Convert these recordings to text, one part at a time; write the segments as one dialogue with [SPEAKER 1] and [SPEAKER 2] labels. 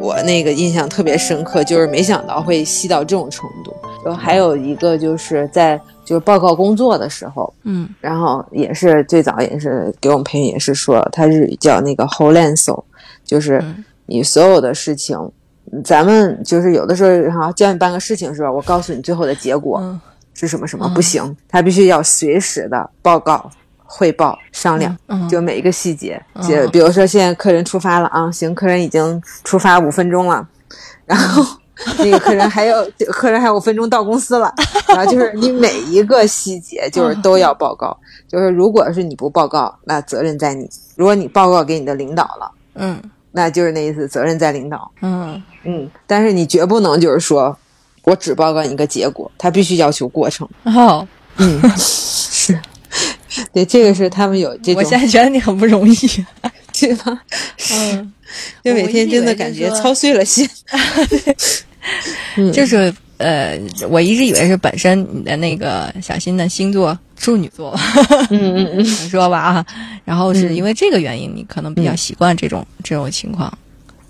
[SPEAKER 1] 我那个印象特别深刻，就是没想到会吸到这种程度。然后还有一个就是在就是报告工作的时候，
[SPEAKER 2] 嗯，
[SPEAKER 1] 然后也是最早也是给我们培训，也是说他日语叫那个 h o l e n s o 就是
[SPEAKER 2] 嗯
[SPEAKER 1] 你所有的事情，咱们就是有的时候哈教你办个事情的时候，我告诉你最后的结果，
[SPEAKER 2] 嗯
[SPEAKER 1] 是什么什么
[SPEAKER 2] 嗯
[SPEAKER 1] 不行，他必须要随时的报告、汇报、商量，
[SPEAKER 2] 嗯嗯
[SPEAKER 1] 就每一个细节。
[SPEAKER 2] 嗯
[SPEAKER 1] 就比如说现在客人出发了啊，行，客人已经出发五分钟了，然 后那个客人还有客人还有五分钟到公司了，然后就是你每一个细节就是都要报 告，就是如果是你不报告，那责任在你；如果你报告给你的领导了，
[SPEAKER 2] 嗯
[SPEAKER 1] 那就是那意思，责任在领导。
[SPEAKER 2] 嗯
[SPEAKER 1] 嗯，但是你绝不能就是说。我只报告你个结果，他必须要求过程。
[SPEAKER 2] 哦，
[SPEAKER 1] 嗯， 是， 对，这个是他们有这
[SPEAKER 2] 我
[SPEAKER 1] 种
[SPEAKER 2] 现在觉得你很不容易。
[SPEAKER 1] 对吧？
[SPEAKER 2] 嗯，
[SPEAKER 1] 就每
[SPEAKER 2] 我一
[SPEAKER 1] 天
[SPEAKER 2] 直以
[SPEAKER 1] 真的
[SPEAKER 2] 为
[SPEAKER 1] 感
[SPEAKER 2] 是
[SPEAKER 1] 觉
[SPEAKER 2] 说
[SPEAKER 1] 操碎了心。嗯
[SPEAKER 2] 就是呃，我一直以为是本身你的那个小新的星座处女座，
[SPEAKER 1] 嗯嗯嗯，
[SPEAKER 2] 你 说吧啊，然后是
[SPEAKER 1] 嗯
[SPEAKER 2] 因为这个原因，你可能比较习惯这种这种情况。
[SPEAKER 1] 嗯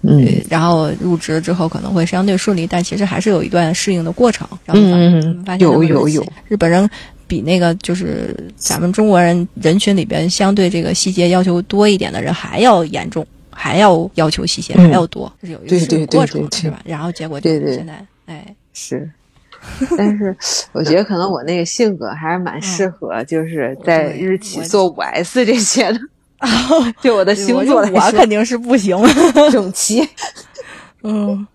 [SPEAKER 2] 对，然后入职之后可能会相对顺利，但其实还是有一段适应的过程。然后
[SPEAKER 1] 嗯
[SPEAKER 2] 发
[SPEAKER 1] 嗯嗯
[SPEAKER 2] 发现
[SPEAKER 1] 有
[SPEAKER 2] 他们
[SPEAKER 1] 有
[SPEAKER 2] 日
[SPEAKER 1] 有
[SPEAKER 2] 日本人嗯比那个就是咱们中国人人群里边相对这个细节要求多一点的人还要严重，还要要求细节、
[SPEAKER 1] 嗯
[SPEAKER 2] 还要多，就是有一个
[SPEAKER 1] 对
[SPEAKER 2] 适应
[SPEAKER 1] 对对
[SPEAKER 2] 过程
[SPEAKER 1] 对
[SPEAKER 2] 嘛
[SPEAKER 1] 对
[SPEAKER 2] 是吧？然后结果就
[SPEAKER 1] 对
[SPEAKER 2] 是
[SPEAKER 1] 对
[SPEAKER 2] 现在哎，
[SPEAKER 1] 是。但是我觉得可能我那个性格还是蛮适合，就是在
[SPEAKER 2] 对
[SPEAKER 1] 日企
[SPEAKER 2] 我
[SPEAKER 1] 做五 S 这些的。就我的星座
[SPEAKER 2] 我
[SPEAKER 1] 来
[SPEAKER 2] 就我
[SPEAKER 1] 说，
[SPEAKER 2] 肯定是 不行。
[SPEAKER 1] 整齐。
[SPEAKER 2] 嗯，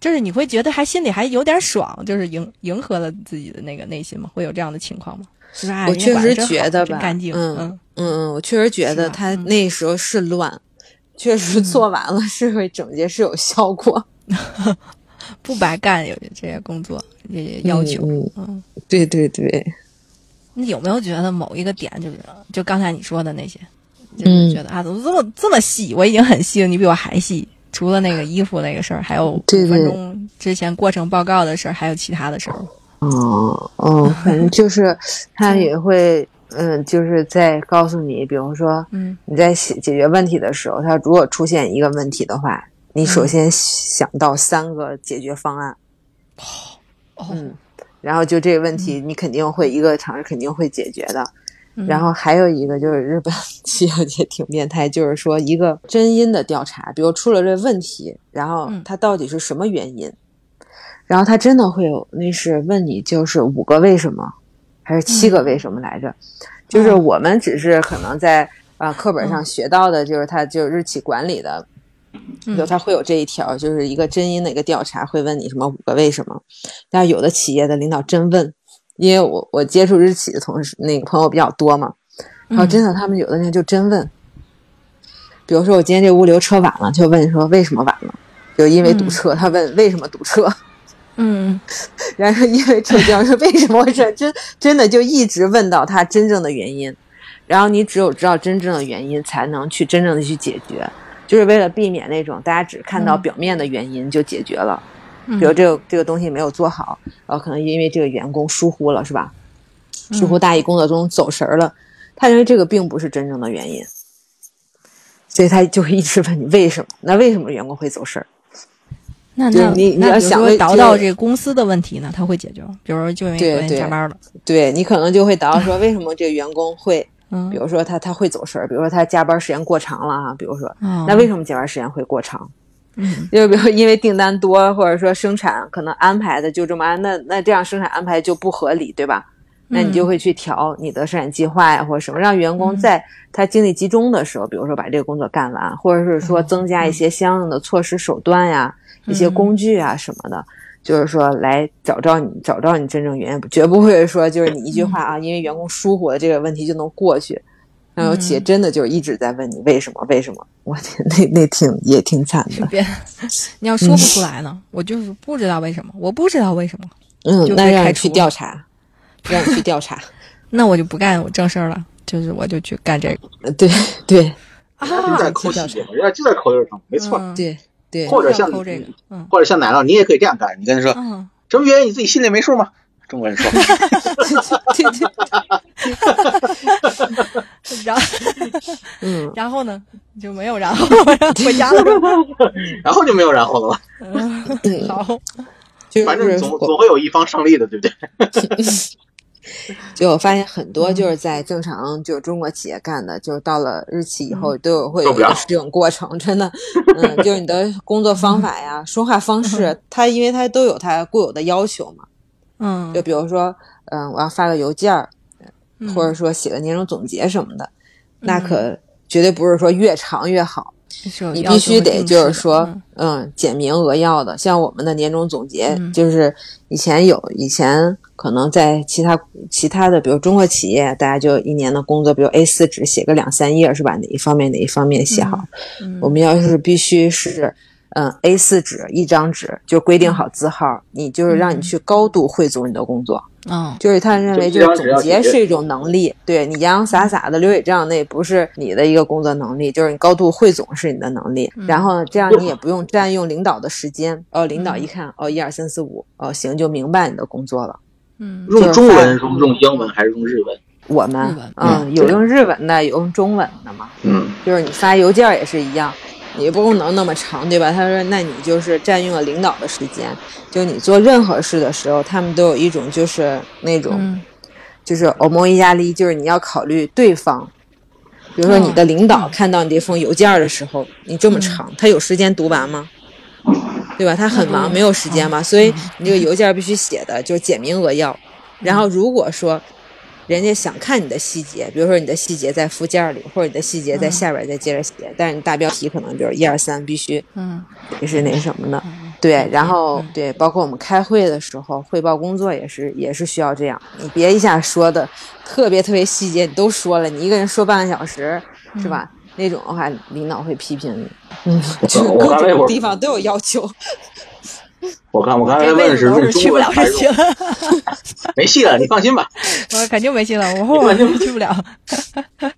[SPEAKER 2] 就是你会觉得还心里还有点爽，就是迎迎合了自己的那个内心吗？会有这样的情况吗？就是哎
[SPEAKER 1] 我
[SPEAKER 2] 人家
[SPEAKER 1] 确
[SPEAKER 2] 管
[SPEAKER 1] 实
[SPEAKER 2] 真好
[SPEAKER 1] 觉得
[SPEAKER 2] 真
[SPEAKER 1] 吧
[SPEAKER 2] 干净，
[SPEAKER 1] 嗯
[SPEAKER 2] 嗯
[SPEAKER 1] 嗯，我确实觉
[SPEAKER 2] 是
[SPEAKER 1] 得
[SPEAKER 2] 吧
[SPEAKER 1] 他
[SPEAKER 2] 嗯
[SPEAKER 1] 那时候是乱，确实做完了是会整洁，是有效果。
[SPEAKER 2] 不白干有这些工作这些要求。
[SPEAKER 1] 嗯，
[SPEAKER 2] 嗯，
[SPEAKER 1] 对对对。
[SPEAKER 2] 你有没有觉得某一个点就是就刚才你说的那些，就
[SPEAKER 1] 嗯
[SPEAKER 2] 是觉得、啊怎么这么这么细？我已经很细了，你比我还细。除了那个衣服那个事儿，还有五
[SPEAKER 1] 对对
[SPEAKER 2] 分钟之前过程报告的事儿，还有其他的事儿吗。
[SPEAKER 1] 哦哦，反 正就是他也会，嗯，就是在告诉你，比如说
[SPEAKER 2] 嗯
[SPEAKER 1] 你在解解决问题的时候，他如果出现一个问题的话，你
[SPEAKER 2] 嗯
[SPEAKER 1] 首先想到三个解决方案，
[SPEAKER 2] 哦
[SPEAKER 1] 嗯，然后就这个问题你肯定会一个尝试肯定会解决的。
[SPEAKER 2] 嗯
[SPEAKER 1] 然后还有一个就是日本 企业界挺变态，就是说一个真因的调查，比如出了这问题，然后
[SPEAKER 2] 嗯
[SPEAKER 1] 它到底是什么原因，然后他真的会有那是问你就是五个为什么，还是七个为什么来着？就是
[SPEAKER 2] 嗯
[SPEAKER 1] 我们只是可能在啊、呃课本上学到的，就是它就是日企管理的，
[SPEAKER 2] 嗯
[SPEAKER 1] 就它会有这一条，就是一个真因的一个调查，会问你什么五个为什么，但有的企业的领导真问。因为我我接触日企的同事那个朋友比较多嘛，然后
[SPEAKER 2] 嗯
[SPEAKER 1] 真的，他们有的人就真问，比如说我今天这物流车晚了，就问说为什么晚了，就因为堵车。他问为什么堵车，
[SPEAKER 2] 嗯
[SPEAKER 1] 然后因为车厢是为什么回事，真真的就一直问到他真正的原因。然后你只有知道真正的原因，才能去真正的去解决，就是为了避免那种大家只看到
[SPEAKER 2] 嗯
[SPEAKER 1] 表面的原因就解决了。
[SPEAKER 2] 嗯，
[SPEAKER 1] 比如这个这个东西没有做好，然后可能因为这个员工疏忽了，是吧？
[SPEAKER 2] 嗯
[SPEAKER 1] 疏忽大意工作中走神儿了，他认为这个并不是真正的原因，所以他就会一直问你为什么？那为什么员工会走神儿？
[SPEAKER 2] 那
[SPEAKER 1] 就
[SPEAKER 2] 那
[SPEAKER 1] 你你
[SPEAKER 2] 那
[SPEAKER 1] 要
[SPEAKER 2] 比如
[SPEAKER 1] 想
[SPEAKER 2] 说
[SPEAKER 1] 为
[SPEAKER 2] 倒
[SPEAKER 1] 就
[SPEAKER 2] 到
[SPEAKER 1] 是
[SPEAKER 2] 这个公司的问题呢，他会解决吗？比如说就因为
[SPEAKER 1] 对
[SPEAKER 2] 昨天
[SPEAKER 1] 对
[SPEAKER 2] 加班了，
[SPEAKER 1] 对你可能就会答到说，为什么这个员工会，
[SPEAKER 2] 嗯
[SPEAKER 1] 比，如说他他会走神儿，比如说他加班时间过长了啊，比如说，
[SPEAKER 2] 那
[SPEAKER 1] 那为什么加班时间会过长？
[SPEAKER 2] 嗯
[SPEAKER 1] 就比如因为订单多，或者说生产可能安排的就这么安，那那这样生产安排就不合理，对吧？那
[SPEAKER 2] 嗯
[SPEAKER 1] 你就会去调你的生产计划呀，或者什么，让员工在他精力集中的时候，比如说把这个工作干完，或者是说增加一些相应的措施手段呀、
[SPEAKER 2] 嗯
[SPEAKER 1] 一些工具啊什么的，就是说来找着你，找着
[SPEAKER 2] 嗯
[SPEAKER 1] 你真正原因，绝不会说就是你一句话啊，因为员工疏忽了这个问题就能过去，然后有企
[SPEAKER 2] 嗯
[SPEAKER 1] 业真的就是一直在问你为什么为什么，我天，那那挺也挺惨的。
[SPEAKER 2] 别，你要说不出来呢，我就是不知道为什么，我不知道为什么，
[SPEAKER 1] 嗯
[SPEAKER 2] 就，
[SPEAKER 1] 那
[SPEAKER 2] 被
[SPEAKER 1] 让
[SPEAKER 2] 开
[SPEAKER 1] 你去
[SPEAKER 2] 除
[SPEAKER 1] 调查，让你去调查。
[SPEAKER 2] 那我就不干我正事儿了，就是我就去干这个
[SPEAKER 1] 呃对 对
[SPEAKER 3] 就在
[SPEAKER 2] 啊，
[SPEAKER 3] 抠细节嘛，人家就在抠这种，没错。
[SPEAKER 2] 嗯
[SPEAKER 1] 对 对，
[SPEAKER 3] 或者
[SPEAKER 2] 要
[SPEAKER 3] 像
[SPEAKER 2] 抠这个，嗯
[SPEAKER 3] 或者像奶酪，你也可以这样干，你跟他说
[SPEAKER 2] 嗯，
[SPEAKER 3] 什么原因，你自己心里没数吗？中国人说，
[SPEAKER 1] 对 对对，
[SPEAKER 2] 然后，
[SPEAKER 1] 嗯
[SPEAKER 2] 然后呢就没有然 后，然后回家了。
[SPEAKER 3] 然后就没有然后了吧？
[SPEAKER 2] 嗯，好，
[SPEAKER 1] 就
[SPEAKER 3] 反
[SPEAKER 1] 是
[SPEAKER 3] 正总
[SPEAKER 1] 我
[SPEAKER 3] 总会有一方胜利的，对不对？
[SPEAKER 1] 就我发现很
[SPEAKER 2] 嗯
[SPEAKER 1] 多就是在正常就是中国企业干的，就是到了日企以
[SPEAKER 2] 嗯
[SPEAKER 1] 后都有会有
[SPEAKER 3] 受
[SPEAKER 1] 一
[SPEAKER 3] 不了
[SPEAKER 1] 个适应过程，真 的，嗯，就是你的工作方法呀、说话方 式，它因为它都有它固有的要求嘛，
[SPEAKER 2] 嗯
[SPEAKER 1] 就，比如说，嗯，我要发个邮件儿，
[SPEAKER 2] 嗯
[SPEAKER 1] 或者说写个年终总结什么的，那可绝对不是说越长越好，
[SPEAKER 2] 是有
[SPEAKER 1] 你
[SPEAKER 2] 嗯要
[SPEAKER 1] 必
[SPEAKER 2] 求
[SPEAKER 1] 须
[SPEAKER 2] 和
[SPEAKER 1] 得
[SPEAKER 2] 定
[SPEAKER 1] 就
[SPEAKER 2] 时
[SPEAKER 1] 是
[SPEAKER 2] 的
[SPEAKER 1] 说
[SPEAKER 2] 嗯，
[SPEAKER 1] 嗯，简明扼要的。像我们的年终总结
[SPEAKER 2] 嗯，
[SPEAKER 1] 就是以前有，以前可能在其他其他的，比如中国企业，大家就一年的工作，比如 A 4纸写个两三页，是吧？哪一方面哪一方面写好？
[SPEAKER 2] 嗯
[SPEAKER 1] 我们要是必须是。嗯，A 4纸一张纸就规定好字号，你就是让你去高度汇总你的工作，
[SPEAKER 2] 嗯
[SPEAKER 1] 就是他认为
[SPEAKER 3] 就
[SPEAKER 1] 就
[SPEAKER 3] 一张
[SPEAKER 1] 是
[SPEAKER 3] 纸要
[SPEAKER 1] 总
[SPEAKER 3] 解
[SPEAKER 1] 结
[SPEAKER 3] 决
[SPEAKER 1] 是一种能力，对你洋洋洒洒的溜水账那不是你的一个工作能力，就是你高度汇总是你的能力。
[SPEAKER 2] 嗯
[SPEAKER 1] 然后这样你也不用占用领导的时间，哦，领
[SPEAKER 2] 嗯
[SPEAKER 1] 导一看，哦，一二三四五，哦，行，就明白你的工作了。
[SPEAKER 2] 嗯
[SPEAKER 3] 用中文、用用英文还是用日文？
[SPEAKER 1] 我们
[SPEAKER 2] 日文
[SPEAKER 1] 嗯，有用日文的，有用中文的嘛，
[SPEAKER 3] 嗯，
[SPEAKER 1] 就是你发邮件也是一样。你不能那么长，对吧？他说，那你就是占用了领导的时间。就你做任何事的时候，他们都有一种就是那种
[SPEAKER 2] 嗯
[SPEAKER 1] 就是欧盟压力，就是你要考虑对方，比如说你的领导看到你这封邮件的时候，你这么长，他有时间读完吗？对吧？他很忙，没有时间嘛，所以你这个邮件必须写的就是简明扼要。然后如果说人家想看你的细节，比如说你的细节在附件里，或者你的细节在下边再接着写，但是你大标题可能比如一二三必须
[SPEAKER 2] 嗯
[SPEAKER 1] 也是那什么的。嗯对，然后对，包括我们开会的时候汇报工作也是也是需要这样，你别一下说的特别特别细节，你都说了，你一个人说半个小时是吧？那种的话，领导会批评你。嗯，就是
[SPEAKER 3] 我
[SPEAKER 1] 各
[SPEAKER 3] 刚才一会
[SPEAKER 1] 种
[SPEAKER 3] 儿
[SPEAKER 1] 地方都有要求。
[SPEAKER 3] 我刚我刚 才
[SPEAKER 2] 这
[SPEAKER 3] 问
[SPEAKER 2] 辈
[SPEAKER 3] 的是
[SPEAKER 2] 子都
[SPEAKER 3] 用
[SPEAKER 2] 是去
[SPEAKER 3] 中
[SPEAKER 2] 不
[SPEAKER 3] 文
[SPEAKER 2] 了
[SPEAKER 3] 还
[SPEAKER 2] 这
[SPEAKER 3] 是
[SPEAKER 2] 戏
[SPEAKER 3] 用，
[SPEAKER 2] 了，
[SPEAKER 3] 没戏了，你放心 吧。
[SPEAKER 2] 我肯定没戏了，我后面就去不 了，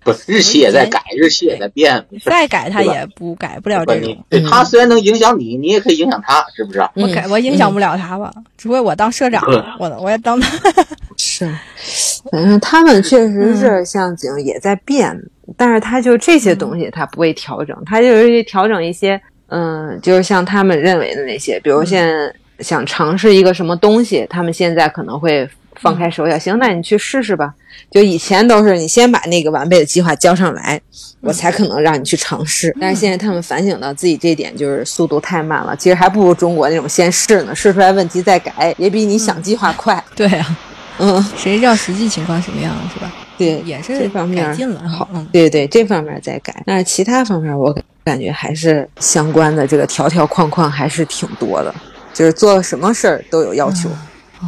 [SPEAKER 3] 不，日期也在改，日期也在变，没事。
[SPEAKER 2] 再改他
[SPEAKER 3] 对吧
[SPEAKER 2] 也不改不了
[SPEAKER 3] 不
[SPEAKER 2] 这
[SPEAKER 3] 你
[SPEAKER 2] 种。
[SPEAKER 3] 对他虽然能影响你，你也可以影响他，知不知啊道？
[SPEAKER 2] 我
[SPEAKER 1] 嗯
[SPEAKER 2] 改我影响不了他吧，除非我当社长
[SPEAKER 3] 对，
[SPEAKER 2] 我我也当他。
[SPEAKER 1] 是， 反正嗯他们确实是像景也在变，但是他就这些东西他不会调整，他就是去调整一些，嗯，就是像他们认为的那些，比如现在想尝试一个什么东西，他们现在可能会放开手脚，行，那你去试试吧。就以前都是你先把那个完备的计划交上来，我才可能让你去尝试。但是现在他们反省到自己这一点，就是速度太慢了，其实还不如中国那种先试呢，试出来问题再改，也比你想计划快。
[SPEAKER 2] 对啊，
[SPEAKER 1] 嗯，
[SPEAKER 2] 谁知道实际情况什么样啊是吧？
[SPEAKER 1] 对，
[SPEAKER 2] 嗯也是
[SPEAKER 1] 这方面
[SPEAKER 2] 改进了
[SPEAKER 1] 好
[SPEAKER 2] 嗯，
[SPEAKER 1] 对对，这方面在改。但是其他方面，我感觉还是相关的这个条条框框还是挺多的，就是做什么事儿都有要求。
[SPEAKER 2] 啊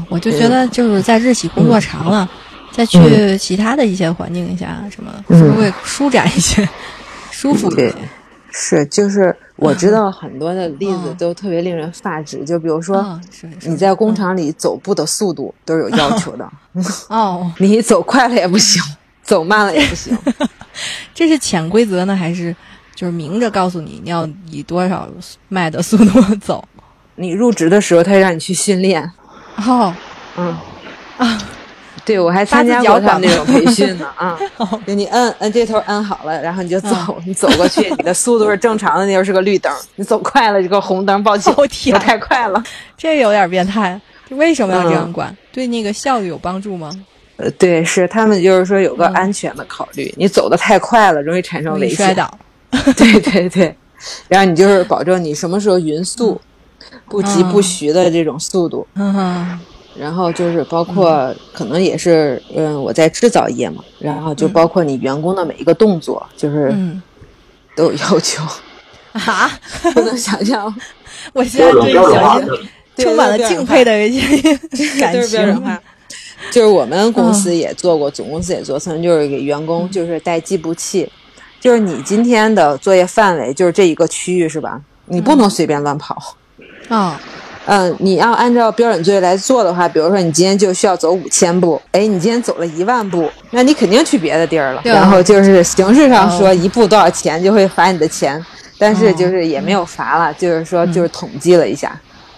[SPEAKER 2] 我就觉得就是在日企工作长了，
[SPEAKER 1] 嗯
[SPEAKER 2] 再去其他的一些环境下，什么是不是会舒展一些，舒服一些
[SPEAKER 1] 对？是，就是我知道很多的例子
[SPEAKER 2] 嗯
[SPEAKER 1] 都特别令人发指，就比如说
[SPEAKER 2] 啊，是是
[SPEAKER 1] 你在工厂里走步的速度都是有要求的，
[SPEAKER 2] 哦，
[SPEAKER 1] 你走快了也不行，走慢了也不行。
[SPEAKER 2] 这是潜规则呢，还是就是明着告诉你你要以多少迈的速度走？
[SPEAKER 1] 你入职的时候，他让你去训练，
[SPEAKER 2] 哦，
[SPEAKER 1] 嗯对，我还参
[SPEAKER 2] 八字
[SPEAKER 1] 加过
[SPEAKER 2] 脚
[SPEAKER 1] 他们
[SPEAKER 2] 管
[SPEAKER 1] 那
[SPEAKER 2] 吗
[SPEAKER 1] 种培训呢啊，就你摁摁这头摁好了，然后你就走，你走过去，你的速度是正常的，那就是个绿灯，你走快了这个红灯报警，
[SPEAKER 2] 哦天
[SPEAKER 1] 我太快了。
[SPEAKER 2] 这有点变态，这为什么要这样
[SPEAKER 1] 嗯
[SPEAKER 2] 管？对那个效率有帮助吗？
[SPEAKER 1] 呃，对，是他们就是说有个安全的考虑，你走的太快嗯了容易产生
[SPEAKER 2] 容
[SPEAKER 1] 危
[SPEAKER 2] 易摔
[SPEAKER 1] 险，
[SPEAKER 2] 倒。
[SPEAKER 1] 对对对，然后你就是保证你什么时候匀速，不急不徐的这种速度，
[SPEAKER 2] 嗯
[SPEAKER 1] 然后就是包括可能也是，嗯，我在制造业嘛，然后就包括你员工的每一个动作，就是
[SPEAKER 2] 嗯
[SPEAKER 1] 都有要求，
[SPEAKER 2] 啊！
[SPEAKER 1] 不能想象，
[SPEAKER 2] 我现在
[SPEAKER 3] 标
[SPEAKER 2] 对
[SPEAKER 3] 准标准化
[SPEAKER 2] 小
[SPEAKER 3] 的
[SPEAKER 2] 新充满了敬佩的一些感
[SPEAKER 1] 都是标准
[SPEAKER 2] 情。
[SPEAKER 1] 化。就是我们公司也做过，总公司也做，曾经就是给员工就是带计步器，就是你今天的作业范围就是这一个区域是吧？你不能随便乱跑。
[SPEAKER 2] 啊，
[SPEAKER 1] 嗯，你要按照标准作业来做的话，比如说你今天就需要走五千步，哎，你今天走了一万步，那你肯定去别的地儿了。
[SPEAKER 2] 对啊
[SPEAKER 1] 然后就是形式上
[SPEAKER 2] 哦
[SPEAKER 1] 说一步多少钱就会罚你的钱，但是就是也没有罚了，就是说就是统计了一下。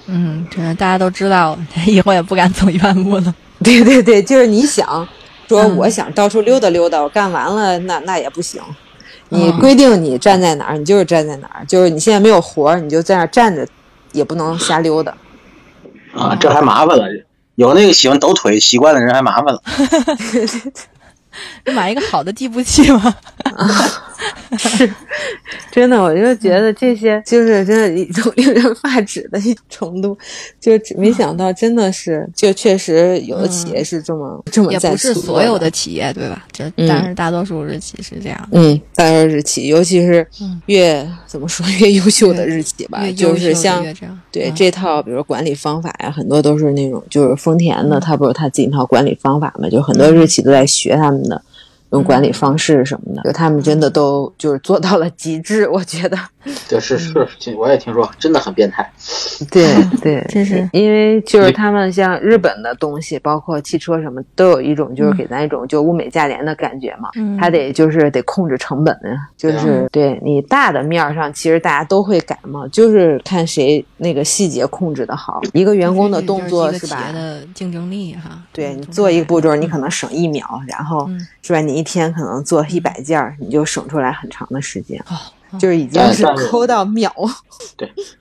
[SPEAKER 2] 嗯，真是大家都知道， 以后也不敢走一万步了。
[SPEAKER 1] 对对对，就是你想说
[SPEAKER 2] 嗯
[SPEAKER 1] 我想到处溜达溜达，我干完了那那也不行。你
[SPEAKER 2] 哦
[SPEAKER 1] 规定你站在哪儿，你就是站在哪儿，就是你现在没有活儿，你就在那儿站着，也不能瞎溜 达。
[SPEAKER 3] 啊，这还麻烦了。有那个喜欢抖腿习惯的人还麻烦了，
[SPEAKER 2] 买一个好的计步器 吧。
[SPEAKER 1] 真的，我就觉得这些嗯就是真的一种 令人发指的一种程度，就只
[SPEAKER 2] 嗯
[SPEAKER 1] 没想到真的是，就确实有的企业是这么、这么
[SPEAKER 2] 也
[SPEAKER 1] 在
[SPEAKER 2] 不是
[SPEAKER 1] 操作
[SPEAKER 2] 所有的企业对吧？这
[SPEAKER 1] 嗯
[SPEAKER 2] 但是大多数日企是这样。
[SPEAKER 1] 嗯，大热日企，尤其是
[SPEAKER 2] 嗯
[SPEAKER 1] 越、怎么说越优秀的日企吧
[SPEAKER 2] 越，优
[SPEAKER 1] 就
[SPEAKER 2] 秀
[SPEAKER 1] 是
[SPEAKER 2] 的
[SPEAKER 1] 像
[SPEAKER 2] 越这样，
[SPEAKER 1] 对
[SPEAKER 2] 嗯
[SPEAKER 1] 这套，比如管理方法呀，很多都是那种就是丰田的，它不是它自己一套管理方法嘛，就很多日企都在学他们的那种管理方式什么的，就他们真的都就是做到了极致，我觉得。
[SPEAKER 3] 对，
[SPEAKER 1] 嗯
[SPEAKER 3] 是是，这我也听说，真的很变态。
[SPEAKER 1] 对对，
[SPEAKER 2] 真是
[SPEAKER 1] 因为就是他们像日本的东西，包括汽车什么，都有一种就是给咱一种就物美价廉的感觉嘛。
[SPEAKER 2] 嗯
[SPEAKER 1] 它得就是得控制成本呀，就是对啊你大的面儿上，其实大家都会改嘛，就是看谁那个细节控制的好。一个员工的动作
[SPEAKER 2] 这就是一个企
[SPEAKER 1] 吧
[SPEAKER 2] 业？的竞争力哈。
[SPEAKER 1] 对你
[SPEAKER 2] 嗯
[SPEAKER 1] 做一个步骤，你可能省一秒，然后
[SPEAKER 2] 嗯
[SPEAKER 1] 是吧？你一天可能做一百件儿，你就省出来很长的时间，
[SPEAKER 2] 哦哦
[SPEAKER 1] 就是已经
[SPEAKER 3] 但
[SPEAKER 1] 是
[SPEAKER 3] 但是
[SPEAKER 1] 抠到秒。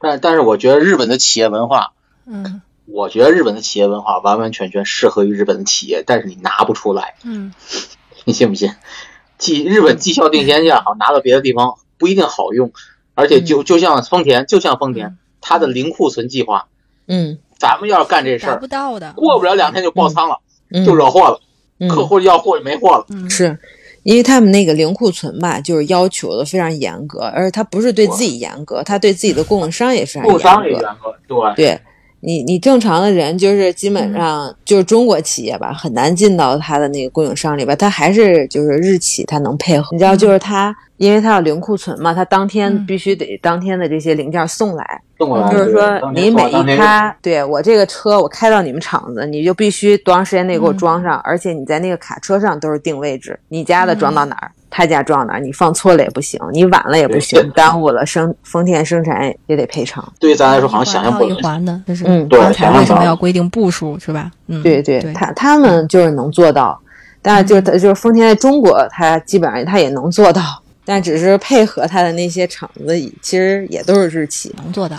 [SPEAKER 3] 但但是我觉得日本的企业文化，
[SPEAKER 2] 嗯
[SPEAKER 3] 我觉得日本的企业文化完完全全适合于日本的企业，但是你拿不出来，
[SPEAKER 2] 嗯
[SPEAKER 3] 你信不信？绩日本绩效定先价好，拿到别的地方不一定好用，而
[SPEAKER 1] 嗯
[SPEAKER 3] 且就就像丰田，就像丰田，它的零库存计划，
[SPEAKER 1] 嗯
[SPEAKER 3] 咱们要是干这事
[SPEAKER 2] 达
[SPEAKER 3] 儿
[SPEAKER 2] 不，到的，
[SPEAKER 3] 过不了两天就爆仓了，
[SPEAKER 1] 嗯，
[SPEAKER 3] 就惹祸了，
[SPEAKER 1] 嗯
[SPEAKER 3] 客户要货就没货了。
[SPEAKER 2] 嗯
[SPEAKER 1] 是因为他们那个零库存吧，就是要求的非常严格，而且他不是对自己严格，他对自己的供应商也非常
[SPEAKER 3] 供商也
[SPEAKER 1] 严
[SPEAKER 3] 严
[SPEAKER 1] 格。
[SPEAKER 3] 格，对，
[SPEAKER 1] 对你，你正常的人就是基
[SPEAKER 3] 嗯
[SPEAKER 1] 本上就是中国企业吧，很难进到他的那个供应商里边，他还是就是日企他能配合。你知
[SPEAKER 3] 嗯
[SPEAKER 1] 道，就是他，因为他要零库存嘛，他当天
[SPEAKER 2] 嗯
[SPEAKER 1] 必须得当天的这些零件送来，
[SPEAKER 3] 送过来
[SPEAKER 1] 就是说
[SPEAKER 3] 当
[SPEAKER 1] 你
[SPEAKER 3] 天
[SPEAKER 1] 每
[SPEAKER 3] 当
[SPEAKER 1] 一
[SPEAKER 3] 天
[SPEAKER 1] 咖，对我这个车我开到你们厂子，你就必须多长时间内
[SPEAKER 3] 嗯
[SPEAKER 1] 给我装上，而且你在那个卡车上都是定位置，你家的
[SPEAKER 3] 嗯
[SPEAKER 1] 装到哪儿，他家装到哪儿，你放错了也不行，你晚了也不行
[SPEAKER 3] 对，
[SPEAKER 1] 耽误了生丰田生产也得赔偿。
[SPEAKER 3] 对于咱来说好像想象不
[SPEAKER 2] 一环
[SPEAKER 3] 能
[SPEAKER 2] 套一。环的，就是
[SPEAKER 1] 嗯
[SPEAKER 3] 对
[SPEAKER 2] 钢材为
[SPEAKER 3] 想象
[SPEAKER 2] 什
[SPEAKER 3] 不
[SPEAKER 2] 么
[SPEAKER 3] 到
[SPEAKER 2] 要规定步数是吧？嗯，
[SPEAKER 1] 对对，
[SPEAKER 2] 对，
[SPEAKER 1] 他他们就是能做到，但是就是他就是丰田在中国，他基本上他也能做到，但只是配合他的那些厂子，其实也都是日企。
[SPEAKER 2] 能做到。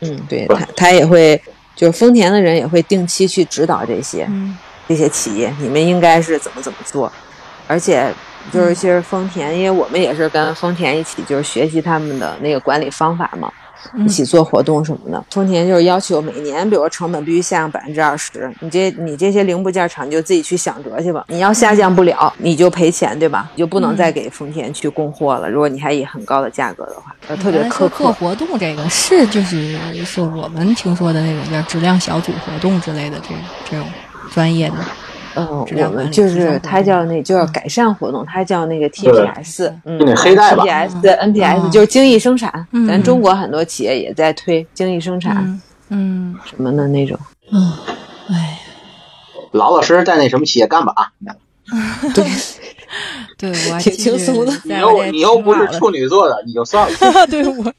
[SPEAKER 1] 嗯，对
[SPEAKER 3] 对
[SPEAKER 1] 他他也会。就是丰田的人也会定期去指导这些，
[SPEAKER 2] 嗯
[SPEAKER 1] 这些企业，你们应该是怎么怎么做，而且就是其
[SPEAKER 2] 嗯
[SPEAKER 1] 实丰田，因为我们也是跟丰田一起就是学习他们的那个管理方法嘛，
[SPEAKER 2] 嗯
[SPEAKER 1] 一起做活动什么的。丰田就是要求每年，比如说成本必须下降百分之二十，你这你这些零部件厂你就自己去想辙去吧，你要下降不了，你就赔钱，对吧？你就不能
[SPEAKER 2] 嗯
[SPEAKER 1] 再给丰田去供货了。如果你还以很高的价格的话，呃，特别
[SPEAKER 2] 原来
[SPEAKER 1] 苛
[SPEAKER 2] 说做
[SPEAKER 1] 刻。
[SPEAKER 2] 活动这个是就是是我们听说的那种叫质量小组活动之类的这这种专业的，
[SPEAKER 1] 嗯，
[SPEAKER 2] 质量
[SPEAKER 1] 我
[SPEAKER 2] 管
[SPEAKER 1] 们
[SPEAKER 2] 理
[SPEAKER 1] 就
[SPEAKER 2] 提升
[SPEAKER 1] 是
[SPEAKER 2] 活
[SPEAKER 1] 它
[SPEAKER 2] 动
[SPEAKER 1] 叫那就叫改善活动，它叫那个 TPS，嗯，
[SPEAKER 3] 那黑带吧
[SPEAKER 1] NPS 对 NPS
[SPEAKER 2] 嗯
[SPEAKER 1] 就是精益生产，
[SPEAKER 2] 嗯
[SPEAKER 1] 咱中国很多企业也在推精益生产
[SPEAKER 2] 嗯嗯，
[SPEAKER 1] 什么的那种。
[SPEAKER 2] 哎，
[SPEAKER 3] 老老实实在那什么企业干吧啊！
[SPEAKER 1] 对，
[SPEAKER 2] 对我还
[SPEAKER 1] 挺
[SPEAKER 2] 继续
[SPEAKER 1] 轻松的
[SPEAKER 3] 你
[SPEAKER 2] 在
[SPEAKER 3] 又
[SPEAKER 2] 我这
[SPEAKER 3] 你又不是
[SPEAKER 2] 挺好的
[SPEAKER 3] 处女座的，你就算了。
[SPEAKER 2] 对我，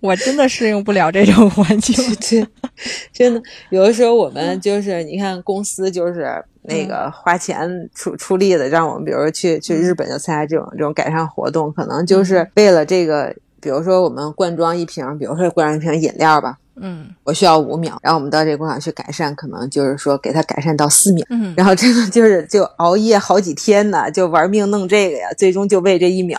[SPEAKER 2] 我真的适应不了这种环境。
[SPEAKER 1] 对，真的，有的时候我们就是你看公司就是那个花钱出出力的，让我们比如说去去日本就参加这种这种改善活动，可能就是为了这个，比如说我们灌装一瓶，比如说灌装一瓶饮料吧，
[SPEAKER 2] 嗯
[SPEAKER 1] 我需要五秒，然后我们到这个工厂去改善，可能就是说给它改善到四秒。
[SPEAKER 2] 嗯，
[SPEAKER 1] 然后真的就是就熬夜好几天呢，就玩命弄这个呀，最终就为这一秒。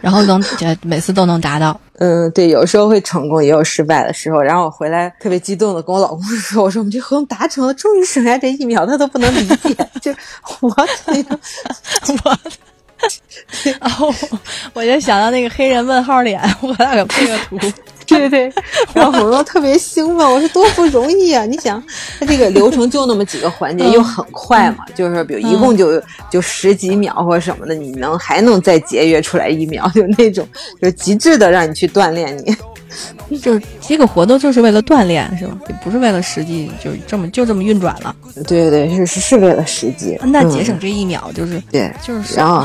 [SPEAKER 2] 然后能这每次都能达 到，
[SPEAKER 1] 嗯，对，有时候会成功，也有失败的时候。然后我回来特别激动的跟我老公说：“我说我们这合同达成了，终于省下这一秒，他都不能理解。 就我那 个，
[SPEAKER 2] 我。然后我就想到那个黑人问号脸，我俩给配个图，
[SPEAKER 1] 对对，然后我说特别兴奋，我说多不容易啊！你想，它这个流程就那么几个环节，
[SPEAKER 2] 嗯
[SPEAKER 1] 又很快嘛，就是比如一共就就十几秒或者什么的，你能还能再节约出来一秒，就那种就是极致的让你去锻炼你。
[SPEAKER 2] 就是这个活动就是为了锻炼，是吧？也不是为了实际，就是这么就这么运转了。
[SPEAKER 1] 对对，是是是为了实际，
[SPEAKER 2] 啊那
[SPEAKER 1] 嗯
[SPEAKER 2] 节省这一秒就是
[SPEAKER 1] 对。
[SPEAKER 2] 就是
[SPEAKER 1] 然 后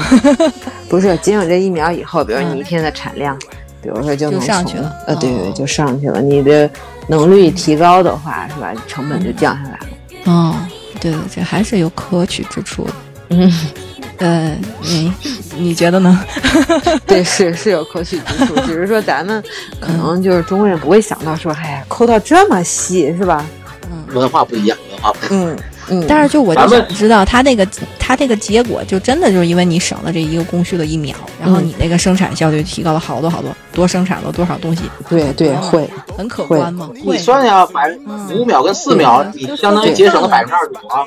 [SPEAKER 1] 不是节省这一秒以后，比如说你一天的产量，比如说就能
[SPEAKER 2] 嗯就上
[SPEAKER 1] 从
[SPEAKER 2] 去了
[SPEAKER 1] 呃，对对，
[SPEAKER 2] 哦
[SPEAKER 1] 对就上去了。你的能率提高的话，是吧？成本就降下 来了。
[SPEAKER 2] 哦，对对，这还是有可取之处的。
[SPEAKER 1] 嗯，
[SPEAKER 2] 呃，你你觉得呢？
[SPEAKER 1] 对，是是有可取之处，只是说咱们可能就是中国人不会想到说，哎呀，抠到这么细，是吧？
[SPEAKER 3] 文化不一样，文化不一样。
[SPEAKER 1] 嗯嗯，
[SPEAKER 2] 但是就我就
[SPEAKER 3] 咱
[SPEAKER 2] 想
[SPEAKER 3] 们
[SPEAKER 2] 知道，它那个它那个结果就真的就是因为你省了这一个工序的一秒，然后
[SPEAKER 1] 嗯
[SPEAKER 2] 你那个生产效率提高了好多好多，多生产了多少东西，
[SPEAKER 1] 对对会，
[SPEAKER 2] 很可观吗？
[SPEAKER 3] 你算一下，百五秒跟四秒，
[SPEAKER 2] 嗯
[SPEAKER 3] 你相当于节省了百分之二十五啊！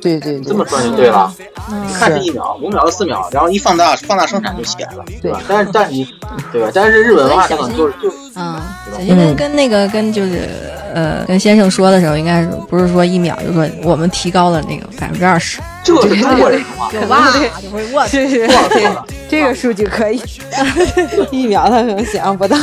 [SPEAKER 1] 对对
[SPEAKER 3] 你
[SPEAKER 1] 对
[SPEAKER 3] 这么算就对了。
[SPEAKER 2] 嗯
[SPEAKER 3] 你看是一秒，五秒到四秒，然后一放大，放大生产就起来了，对吧？但是但你，对吧？但是日本文化它可能就是就是
[SPEAKER 2] 嗯，小新跟跟那个跟就是呃跟先生说的时候，应该是不是说一秒，就说我们提高了那个百分之二十，
[SPEAKER 3] 这个是中国人的话，
[SPEAKER 2] 有吧？
[SPEAKER 1] 啊
[SPEAKER 2] 就会我
[SPEAKER 1] 是是，
[SPEAKER 3] 忘了忘了
[SPEAKER 1] 这个数据可以，一秒他可能想象不到。